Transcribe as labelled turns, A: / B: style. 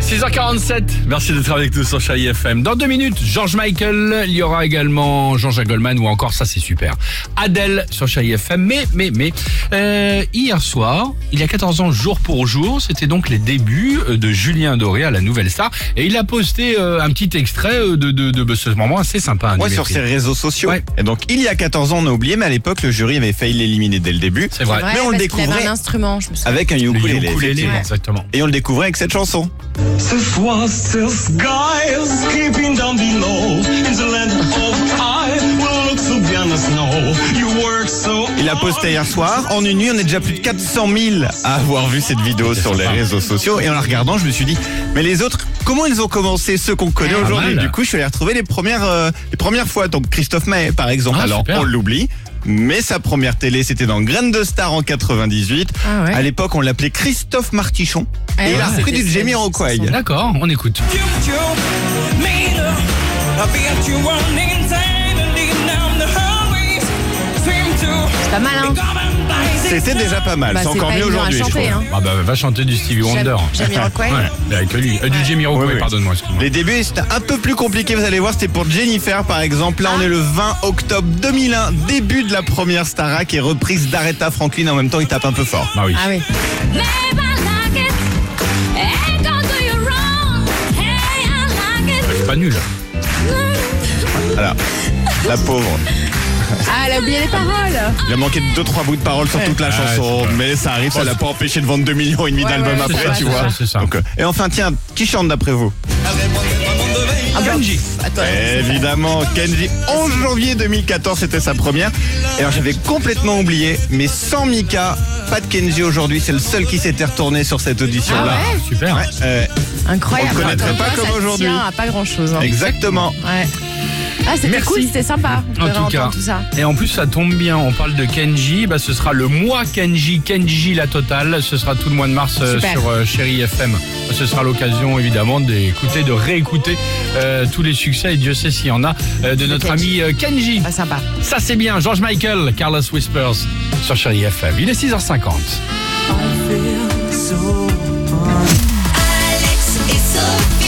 A: 8h47, merci d'être avec nous sur Chai FM. Dans deux minutes, George Michael, il y aura également Jean-Jacques Goldman ou encore, ça c'est super, Adèle sur Chai FM. Mais, mais, mais, euh, hier soir, il y a 14 ans, jour pour jour, c'était donc les débuts euh, de Julien Doré à la Nouvelle Star. Et il a posté euh, un petit extrait euh, de, de, de ce moment assez sympa. hein,
B: Ouais,
A: du
B: sur
A: Mépris.
B: ses réseaux sociaux.
A: Ouais.
B: Et donc, il y a 14 ans, on a oublié, mais à l'époque, le jury avait failli l'éliminer dès le début.
A: C'est vrai.
B: Mais on le
C: parce qu'il
B: découvrait
C: avait un instrument, je me souviens.
B: avec un
A: Le
B: ukulélé.
A: ukulélé,
B: effectivement.
A: exactement.
B: Et on le découvrait avec cette chanson.
D: The fastest skies creeping down below. In the land of I will look so beyond the snow. You work so
B: Il a posté hier soir. En une nuit, on est déjà plus de 400 000 à avoir vu cette vidéo sur les
A: sympa.
B: réseaux sociaux. Et en la regardant, je me suis dit, mais les autres, comment ils ont commencé, ceux qu'on connaît
A: Pas
B: aujourd'hui
A: Ah, mal.
B: Du coup, je suis allé retrouver les premières, euh, les premières fois. Donc, Christophe Maé, par exemple.
A: Ah,
B: Alors,
A: super.
B: on l'oublie. Mais sa première télé, c'était dans Graine de Star en 98.
C: Ah ouais.
B: À l'époque, on l'appelait Christophe Martichon.
C: Ah
B: et il a
C: ouais, Ah,
B: repris
C: c'était
B: du
C: ça,
B: Jamie
C: ça,
B: Rockway.
C: ça,
A: D'accord, on écoute.
C: C'est pas mal, hein
B: C'était déjà pas mal.
C: Bah,
B: c'est
C: c'est
B: encore
C: pas
B: mieux
C: évident à
B: aujourd'hui. je
C: chanter,
B: trouve.
C: hein.
A: Ah bah, va chanter du Stevie
C: Jam-
A: Wonder.
C: Jamiroquai.
A: Ouais, avec lui. Euh, du Jamie
B: Oui,
A: Rockway,
B: oui.
A: pardonne-moi, excuse-moi.
B: Les débuts, c'était un peu plus compliqué, vous allez voir, c'était pour Jennifer par exemple. Là,
C: Ah.
B: on est le 20 octobre 2001, début de la première Starac et reprise d'Aretha Franklin. En même temps, il tape un peu fort.
A: Ah oui.
C: Ah oui.
E: Babe, I like it. Ain't gonna do you wrong. Hey, I like it.
A: C'est pas nul.
B: Voilà, la pauvre.
C: Ah, elle a oublié les paroles
B: Il a manqué deux trois bouts de paroles sur toute la chanson, mais ça arrive, ça l'a pas empêché de vendre 2 millions et demi
C: Ouais,
B: d'albums
C: ouais, c'est
B: après,
C: ça,
B: tu
C: c'est
B: vois.
A: ça, c'est ça.
B: Donc, euh, et enfin, tiens, qui chante d'après vous
C: Ah bah, pff, Attends.
B: Évidemment, Kenji. 11 janvier 2014, c'était sa première. Et alors j'avais complètement oublié, mais sans Mika, pas de Kenji aujourd'hui. C'est le seul qui s'était retourné sur cette audition-là.
C: Ah
A: Super.
B: Ouais, euh,
C: Incroyable.
B: On le connaîtrait
C: Attends,
B: pas
C: ça
B: comme
C: tient
B: aujourd'hui.
C: à pas grand chose.
B: exactement.
C: Ouais. Ah, c'était
A: Merci.
C: cool, c'était sympa. de
A: En tout
C: réentendre
A: cas.
C: tout ça.
A: Et en plus, ça tombe bien. On parle de Kenji. Bah, ce sera le mois Kenji, Kenji la totale. Ce sera tout le mois de mars euh,
C: Super.
A: sur euh, Chéri FM. Ce sera l'occasion, évidemment, d'écouter, de réécouter euh, tous les succès. Et Dieu sait s'il y en a euh, de notre
C: Kenji.
A: ami euh, Kenji.
C: Pas sympa.
A: Ça, c'est bien. George Michael, Carlos Whispers sur Chéri FM. Il est 6h50.
E: Alex et Sophie.